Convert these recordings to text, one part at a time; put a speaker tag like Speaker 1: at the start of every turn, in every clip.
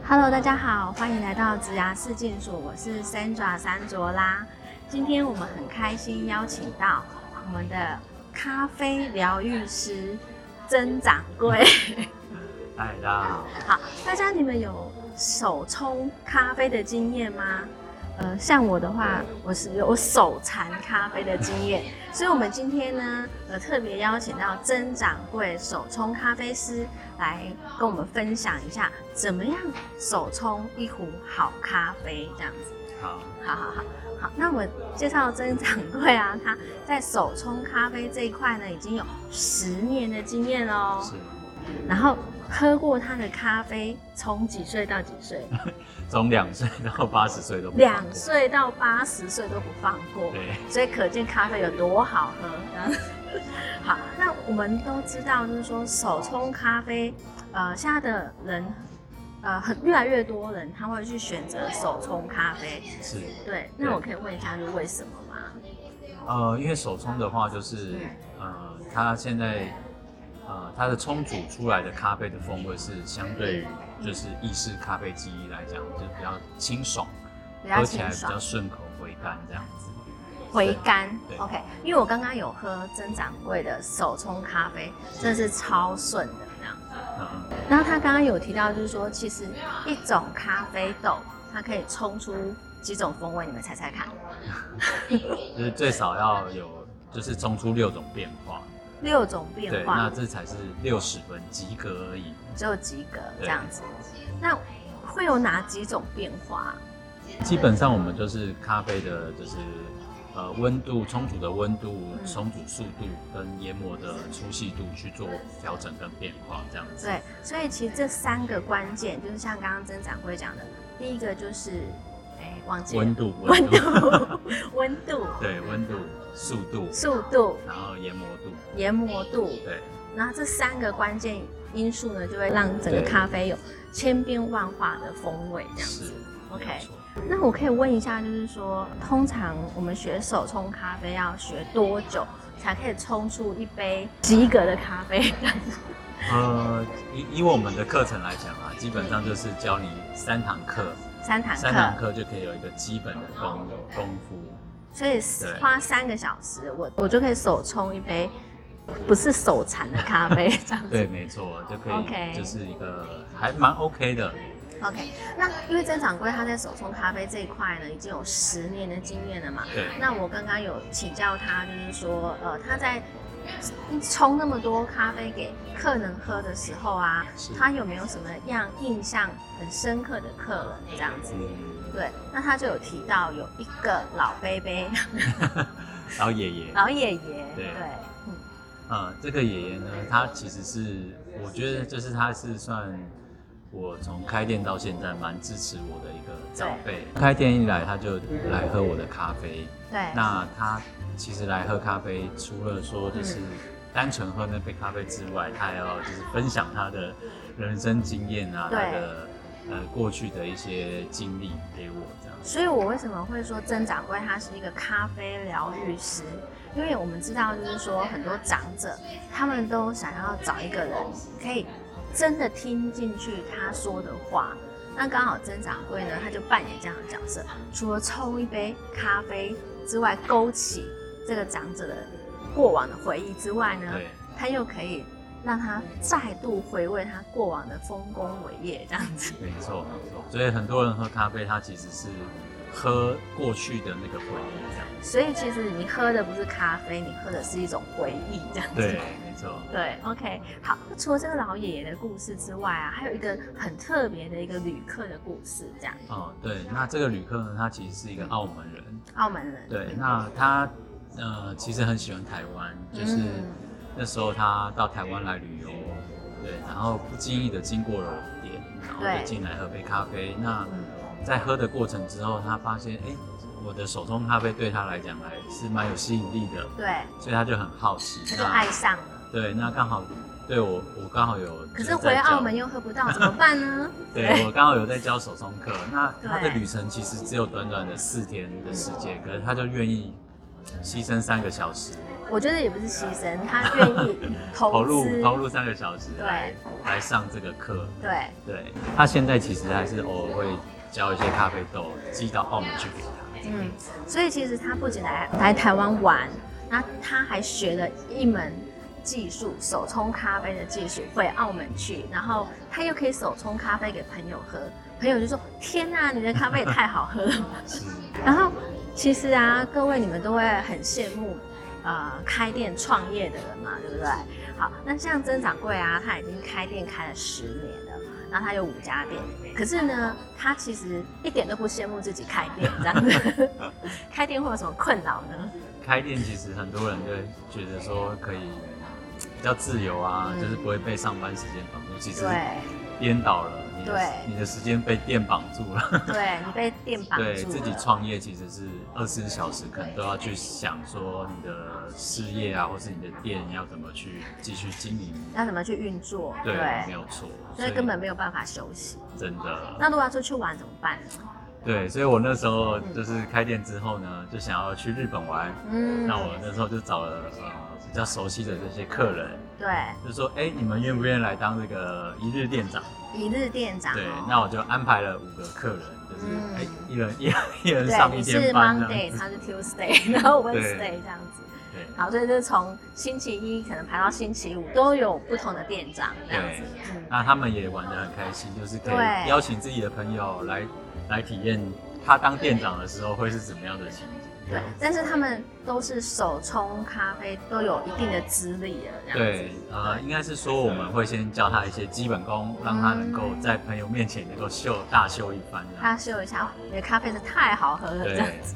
Speaker 1: Hello，大家好，欢迎来到植牙四件所，我是 Sandra 三卓拉。今天我们很开心邀请到我们的咖啡疗愈师曾掌柜。
Speaker 2: 嗨，哎大家好。
Speaker 1: 好，大家你们有手冲咖啡的经验吗？呃，像我的话，我是有手残咖啡的经验， 所以我们今天呢，呃，特别邀请到曾掌柜手冲咖啡师来跟我们分享一下，怎么样手冲一壶好咖啡这样子。
Speaker 2: 好，
Speaker 1: 好好好，好，那我介绍曾掌柜啊，他在手冲咖啡这一块呢，已经有十年的经验喽。
Speaker 2: 是
Speaker 1: 然后喝过他的咖啡，从几岁到几 岁？
Speaker 2: 从两岁到八十岁都不放
Speaker 1: 两
Speaker 2: 过。
Speaker 1: 岁到八十岁都不放过，
Speaker 2: 对，
Speaker 1: 所以可见咖啡有多好喝。 这样好，那我们都知道，就是说手冲咖啡，呃，现在的人，呃，很越来越多人他会去选择手冲咖啡。
Speaker 2: 是。
Speaker 1: 对，那
Speaker 2: 对
Speaker 1: 我可以问一下，是为什么吗？
Speaker 2: 呃，因为手冲的话，就是呃，它现在呃，它的冲煮出来的咖啡的风味是相对于就是意式咖啡机来讲，就比较清爽，
Speaker 1: 比较
Speaker 2: 喝起
Speaker 1: 清
Speaker 2: 来比
Speaker 1: 爽
Speaker 2: 较，顺口回甘这样子。
Speaker 1: 回甘
Speaker 2: 对。
Speaker 1: OK，因为我刚刚有喝曾掌柜的手冲咖啡，真的是超顺的这样。
Speaker 2: 嗯，
Speaker 1: 然后他刚刚有提到，就是说，其实一种咖啡豆，它可以冲出几种风味，你们猜猜看，
Speaker 2: 嗯就是最少要有就是冲出六种变化。
Speaker 1: 六种变
Speaker 2: 对，那
Speaker 1: 化，
Speaker 2: 这才是六十分及格而已。
Speaker 1: 只有及格
Speaker 2: 对
Speaker 1: 这样子。那会有哪几种变化？
Speaker 2: 基本上我们就是咖啡的，就是呃温度、冲煮的温度、冲煮速度跟研磨的粗细度去做调整跟变化，这样子。
Speaker 1: 对，所以其实这三个关键，就是像刚刚曾掌柜讲的，第一个就是，哎，忘记了
Speaker 2: 温 度，
Speaker 1: 温度，温度，
Speaker 2: 对，温度、速度，
Speaker 1: 速度、
Speaker 2: 然后研磨度，
Speaker 1: 研磨度，
Speaker 2: 对，
Speaker 1: 然后这三个关键因素呢，就会让整个
Speaker 2: 对
Speaker 1: 咖啡有千变万化的风味这样子。
Speaker 2: 是。
Speaker 1: OK
Speaker 2: 没有错
Speaker 1: 那我可以问一下，就是说，通常我们学手冲咖啡要学多久才可以冲出一杯及格的咖啡？
Speaker 2: 呃，以以我们的课程来讲啊，基本上就是教你三堂课，
Speaker 1: 三堂
Speaker 2: 三堂
Speaker 1: 课，
Speaker 2: 课就可以有一个基本的功功夫。
Speaker 1: 所以
Speaker 2: 对
Speaker 1: 花三个小时，我我就可以手冲一杯不是手残的咖 啡这样子。
Speaker 2: 对，没错，就可以
Speaker 1: OK
Speaker 2: 就是一个还蛮 OK 的。
Speaker 1: OK，那因为曾掌柜他在手冲咖啡这一块呢，已经有十年的经验了嘛。
Speaker 2: 对，
Speaker 1: 那我刚刚有请教他，就是说，呃，他在冲那么多咖啡给客人喝的时候啊
Speaker 2: 是，
Speaker 1: 他有没有什么样印象很深刻的客人这样子？
Speaker 2: 嗯，
Speaker 1: 对，那他就有提到有一个老伯伯、
Speaker 2: 然后爷 爷，
Speaker 1: 老爷爷，
Speaker 2: 对
Speaker 1: 对，嗯，
Speaker 2: 嗯，这个爷爷呢，他其实是，我觉得就是他是算我从开店到现在蛮支持我的一个长辈。开店一来，他就来喝我的咖啡。
Speaker 1: 对，
Speaker 2: 那他其实来喝咖啡，除了说就是
Speaker 1: 嗯
Speaker 2: 单纯喝那杯咖啡之外，他还要就是分享他的人生经验啊，
Speaker 1: 对
Speaker 2: 他的呃过去的一些经历给我这样。
Speaker 1: 所以我为什么会说曾掌柜他是一个咖啡疗愈师？因为我们知道，就是说很多长者他们都想要找一个人可以真的听进去他说的话。那刚好曾掌柜呢，他就扮演这样的角色，除了冲一杯咖啡之外，勾起这个长者的过往的回忆之外呢，
Speaker 2: 对，
Speaker 1: 他又可以让他再度回味他过往的丰功伟业，这样子。
Speaker 2: 没错没错。所以很多人喝咖啡，他其实是喝过去的那个回忆这样。
Speaker 1: 所以其实你喝的不是咖啡，你喝的是一种回忆，这样子。
Speaker 2: 对，没错。
Speaker 1: 对，OK，好。那除了这个老爷爷的故事之外啊，还有一个很特别的一个旅客的故事，这样，
Speaker 2: 哦，对，那这个旅客呢，他其实是一个澳门人，
Speaker 1: 澳门人。嗯
Speaker 2: 对，那他呃其实很喜欢台湾，就是
Speaker 1: 嗯
Speaker 2: 那时候他到台湾来旅游，对，然后不经意的经过了我店，然后
Speaker 1: 对
Speaker 2: 就进来喝杯咖啡。那
Speaker 1: 嗯
Speaker 2: 在喝的过程之后，他发现，哎，我的手冲咖啡对他来讲还是蛮有吸引力的，
Speaker 1: 对，
Speaker 2: 所以他就很好奇。
Speaker 1: 他就爱
Speaker 2: 那
Speaker 1: 上了。
Speaker 2: 对，那刚好对我我刚好有，
Speaker 1: 可
Speaker 2: 就是在
Speaker 1: 回
Speaker 2: 教
Speaker 1: 澳门又喝 不到，怎么办呢？
Speaker 2: 对我刚好有在教手冲 课，那他
Speaker 1: 对
Speaker 2: 的旅程其实只有短短的四天的时间，可是他就愿意牺牲三个小时
Speaker 1: 我觉得也不是牺牲，他愿意
Speaker 2: 投
Speaker 1: 投
Speaker 2: 入
Speaker 1: 资，
Speaker 2: 投入三个小时
Speaker 1: 对
Speaker 2: 来来上这个课。
Speaker 1: 对，
Speaker 2: 对，他现在其实还是偶尔会浇一些咖啡豆寄到澳门去给他。
Speaker 1: 嗯，所以其实他不仅来来台湾玩，那他还学了一门技术，手冲咖啡的技术，回澳门去，然后他又可以手冲咖啡给朋友喝，朋友就说：“天呐、你的咖啡也太好喝 了吧！”
Speaker 2: 是，
Speaker 1: 然后其实啊，各位你们都会很羡慕，呃，开店创业的人嘛，对不对？好，那像曾掌柜啊，他已经开店开了十年了，然后他有五家店。可是呢，他其实一点都不羡慕自己开店这样 子。开店会有什么困扰呢？
Speaker 2: 开店其实很多人就觉得说可以比较自由啊，
Speaker 1: 嗯
Speaker 2: 就是不会被上班时间绑住。其实
Speaker 1: 对，
Speaker 2: 颠倒了，你的
Speaker 1: 对
Speaker 2: 你的时间被店绑住了。
Speaker 1: 对你被店绑住了
Speaker 2: 对自己创业其实是二十四小时，可能都要去想说你的事业啊，或是你的店要怎么去继续经营。
Speaker 1: 要怎么去运作？
Speaker 2: 对，没有错。
Speaker 1: 所以根本没有办法休息。
Speaker 2: 真的。
Speaker 1: 那如果要出去玩怎么办呢？
Speaker 2: 对，所以我那时候就是开店之后呢，就想要去日本玩。
Speaker 1: 嗯
Speaker 2: 那我那时候就找了呃比较熟悉的这些客人，
Speaker 1: 对，
Speaker 2: 就说：“哎、你们愿不愿意来当这个一日店长
Speaker 1: 一日店？”长、哦。
Speaker 2: 对，那我就安排了五个客人，就是
Speaker 1: 嗯
Speaker 2: 哎、一人一人一人
Speaker 1: 对，
Speaker 2: 上
Speaker 1: 你
Speaker 2: 一
Speaker 1: 是
Speaker 2: 天班这
Speaker 1: Monday，
Speaker 2: 样子。
Speaker 1: 他是 Tuesday，然后
Speaker 2: 对
Speaker 1: Wednesday 这样子。
Speaker 2: 对
Speaker 1: 好，所以就是从星期一可能排到星期五，都有不同的店长这样子
Speaker 2: 对。
Speaker 1: 嗯，
Speaker 2: 那他们也玩得很开心，就是可
Speaker 1: 对
Speaker 2: 以邀请自己的朋友来来体验他当店长的时候会是怎么样的情景。
Speaker 1: 对。但是他们都是手冲咖啡，都有一定的资历了，这样子。
Speaker 2: 对，呃，应该是说我们会先教他一些基本功，让他能够在朋友面前能够秀大秀一番这样。
Speaker 1: 嗯他秀一下，你的咖啡是太好喝了，这样
Speaker 2: 对，
Speaker 1: 子。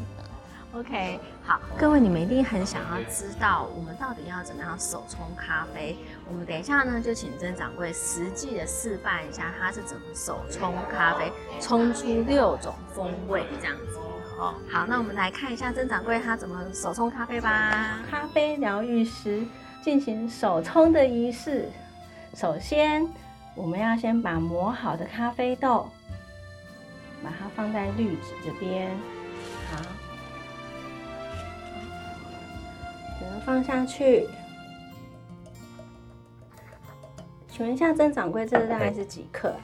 Speaker 1: OK，好，各位，你们一定很想要知道我们到底要怎么样手冲咖啡。我们等一下呢，就请曾掌柜实际的示范一下，他是怎么手冲咖啡，冲出六种风味这样子。
Speaker 2: 好，
Speaker 1: 好，那我们来看一下曾掌柜他怎么手冲咖啡吧。
Speaker 3: 咖啡疗愈师进行手冲的仪式。首先，我们要先把磨好的咖啡豆，把它放在滤纸这边，好，给它放下去。请问一下曾掌柜，这个大概是几克啊？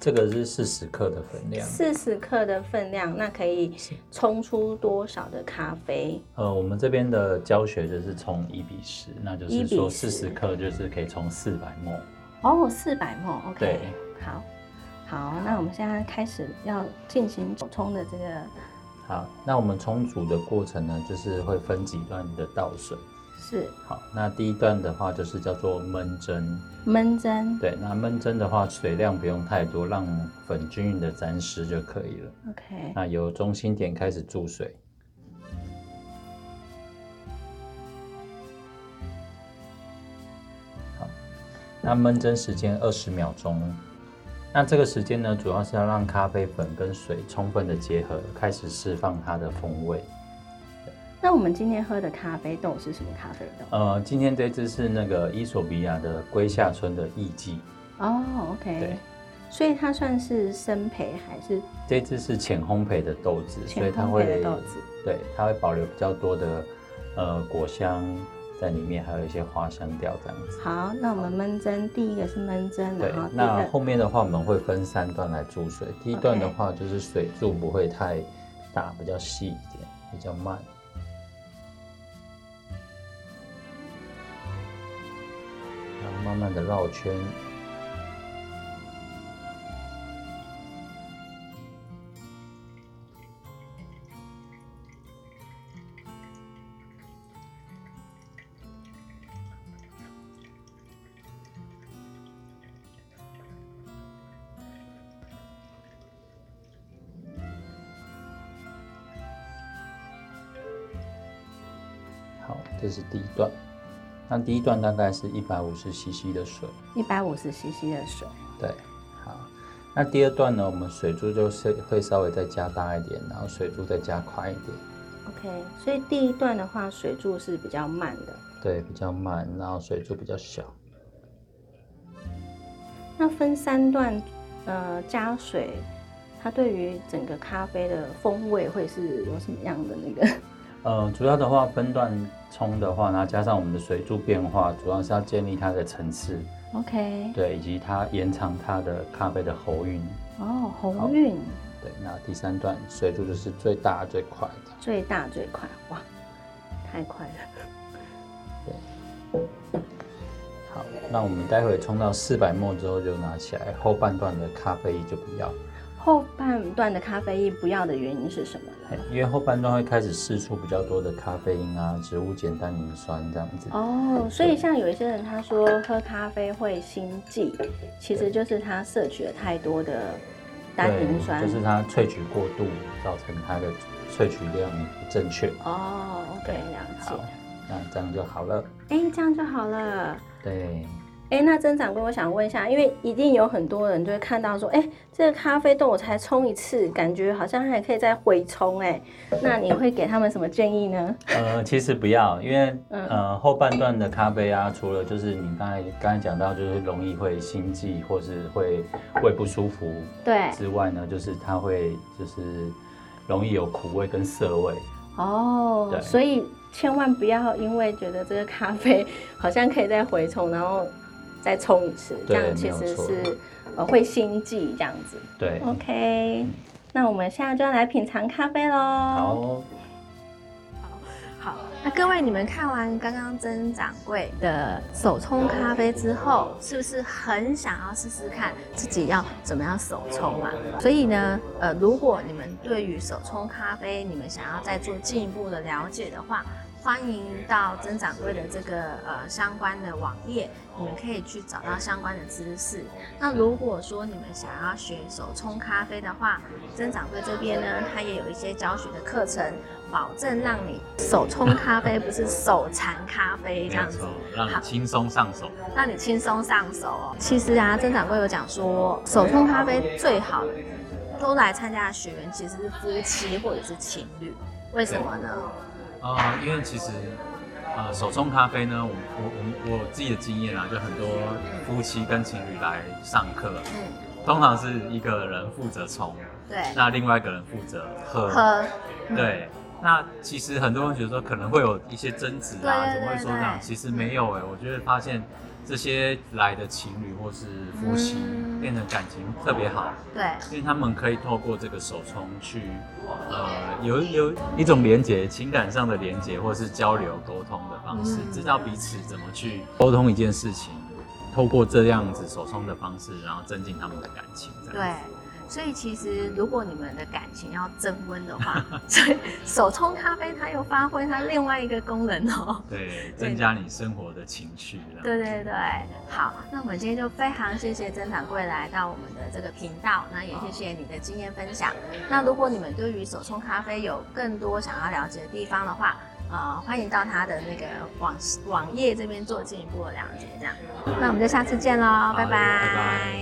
Speaker 4: 这个是四十克的分量。
Speaker 3: 四十克的分量，那可以冲出多少的咖啡？
Speaker 4: 呃，我们这边的教学就是冲一比十，那就
Speaker 3: 1
Speaker 4: 是
Speaker 3: 比
Speaker 4: 说四
Speaker 3: 10
Speaker 4: 十克就是可以冲四百沫。
Speaker 3: 哦，四百沫，OK，
Speaker 4: 对
Speaker 3: 好，好，那我们现在开始要进行手冲的这个
Speaker 4: 好，那我们冲煮的过程呢，就是会分几段的倒水。
Speaker 3: 是
Speaker 4: 好，那第一段的话就是叫做焖蒸。
Speaker 3: 焖蒸
Speaker 4: 对，那焖蒸的话，水量不用太多，让粉均匀的沾湿就可以了。
Speaker 3: ，OK，
Speaker 4: 那由中心点开始注水，好，那焖蒸时间二十秒钟。那这个时间呢，主要是要让咖啡粉跟水充分的结合，开始释放它的风味。
Speaker 3: 那我们今天喝的咖啡豆是什么咖啡豆？
Speaker 4: 呃，今天这支是那个伊索比亚的龟下村的艺妓，
Speaker 3: 哦，OK，
Speaker 4: 对
Speaker 3: 所以它算是生培还是
Speaker 4: 这支是浅烘焙的豆子，所以
Speaker 3: 浅
Speaker 4: 它
Speaker 3: 烘
Speaker 4: 会
Speaker 3: 焙的豆子？
Speaker 4: 对，它会保留比较多的呃果香在里面，还有一些花香调这样子。
Speaker 3: 好，那我们焖蒸，第一个是焖蒸，
Speaker 4: 对
Speaker 3: 然后，第
Speaker 4: 那
Speaker 3: 二
Speaker 4: 后面的话我们会分三段来注水。第一段的话就是水注不会太大，比较细一点，比较慢。然后慢慢的绕圈，好，这是第一段。那第一段大概是一百五十 CC 的水。
Speaker 3: 一百五十 CC 的水，
Speaker 4: 对，好。那第二段呢，我们水柱就是会稍微再加大一点，然后水柱再加快一点，
Speaker 3: OK，所以第一段的话，水柱是比较慢的。
Speaker 4: 对，比较慢，然后水柱比较小。
Speaker 3: 那分三段，呃，加水，它对于整个咖啡的风味会是有什么样的那个？
Speaker 4: 呃，主要的话分段冲的话，然后加上我们的水柱变化，主要是要建立它的层次，
Speaker 3: OK，
Speaker 4: 对，以及它延长它的咖啡的喉韵。
Speaker 3: 哦，红运
Speaker 4: 对，那第三段水柱就是最大最快的。
Speaker 3: 最大最快，哇，太快了。
Speaker 4: 好，那我们待会冲到四百沫之后就拿起来，后半段的咖啡就不要，
Speaker 3: 后半段的咖啡因不要的原因是什么
Speaker 4: 嘿
Speaker 3: 呢？
Speaker 4: 因为后半段会开始释出比较多的咖啡因啊、植物碱单宁酸这样子。
Speaker 3: 哦，所以像有一些人他说喝咖啡会心悸，其实就是他摄取了太多的单宁酸。
Speaker 4: 对就是它萃取过度造成它的萃取量不正确。
Speaker 3: 哦，OK，
Speaker 4: 对
Speaker 3: 了解
Speaker 4: 好。那这样就好了。
Speaker 3: 哎、这样就好了。
Speaker 4: 对，
Speaker 3: 哎，那曾掌柜，我想问一下，因为一定有很多人就会看到说，哎，这个咖啡豆我才冲一次，感觉好像还可以再回冲，哎，那你会给他们什么建议呢？
Speaker 4: 呃，其实不要，因为
Speaker 3: 嗯
Speaker 4: 呃后半段的咖啡啊，除了就是你刚才刚才讲到，就是容易会心悸或是会胃不舒服
Speaker 3: 对，
Speaker 4: 之外呢，就是它会就是容易有苦味跟涩味。
Speaker 3: 哦
Speaker 4: 对，
Speaker 3: 所以千万不要因为觉得这个咖啡好像可以再回冲，然后再冲一次，这
Speaker 4: 对
Speaker 3: 样其
Speaker 4: 没
Speaker 3: 实
Speaker 4: 有错
Speaker 3: 是呃会心悸这样子。
Speaker 4: 对，
Speaker 3: 哦 OK，那我们现在就要来品尝咖啡喽。
Speaker 4: 好，
Speaker 3: 好，
Speaker 4: 哦
Speaker 1: 好，那各位你们看完刚刚曾掌柜的手冲咖啡之后，是不是很想要试试看自己要怎么样手冲啊？所以呢，呃，如果你们对于手冲咖啡你们想要再做进一步的了解的话，欢迎到曾掌柜的这个呃相关的网页，你们可以去找到相关的知识。那如果说你们想要学手冲咖啡的话，曾掌柜这边呢，他也有一些教学的课程，保证让你手冲咖啡不是手残咖啡
Speaker 2: 没
Speaker 1: 这样
Speaker 2: 有
Speaker 1: 子
Speaker 2: 错，，让你轻松上手。
Speaker 1: 让你轻松上手哦。其实啊，曾掌柜有讲说，手冲咖啡最好的都来参加的学员其实是夫妻或者是情侣，为什么呢？
Speaker 2: 啊，因为其实呃，手冲咖啡呢，我我我我自己的经验啊，就很多夫妻跟情侣来上课，
Speaker 1: 嗯，
Speaker 2: 通常是一个人负责冲，
Speaker 1: 对，
Speaker 2: 那另外一个人负责喝。
Speaker 1: 喝，
Speaker 2: 对，那其实很多人觉得说可能会有一些争执啊，
Speaker 1: 对对
Speaker 2: 怎么会说
Speaker 1: 对
Speaker 2: 这样？
Speaker 1: 对
Speaker 2: 其实没有哎、我觉得发现这些来的情侣或是夫妻
Speaker 1: 嗯
Speaker 2: 变得感情特别好，
Speaker 1: 对，
Speaker 2: 因为他们可以透过这个手冲去，呃，有有一种连接，情感上的连接，或是交流沟通的方式，
Speaker 1: 嗯
Speaker 2: 知道彼此怎么去沟通一件事情，透过这样子手冲的方式，然后增进他们的感情。这样
Speaker 1: 对
Speaker 2: 子，
Speaker 1: 所以其实如果你们的感情要增温的 话，所以手冲咖啡它又发挥它另外一个功能哦。
Speaker 2: 对，增加你生活的情趣。这样
Speaker 1: 对对对，好，那我们今天就非常谢谢曾掌柜来到我们的这个频道，那也谢谢你的经验分享。那如果你们对于手冲咖啡有更多想要了解的地方的话，呃，欢迎到他的那个网网页这边做进一步的了解，这样。那我们就下次见喽，
Speaker 2: 好
Speaker 1: 拜
Speaker 2: 拜拜
Speaker 1: 拜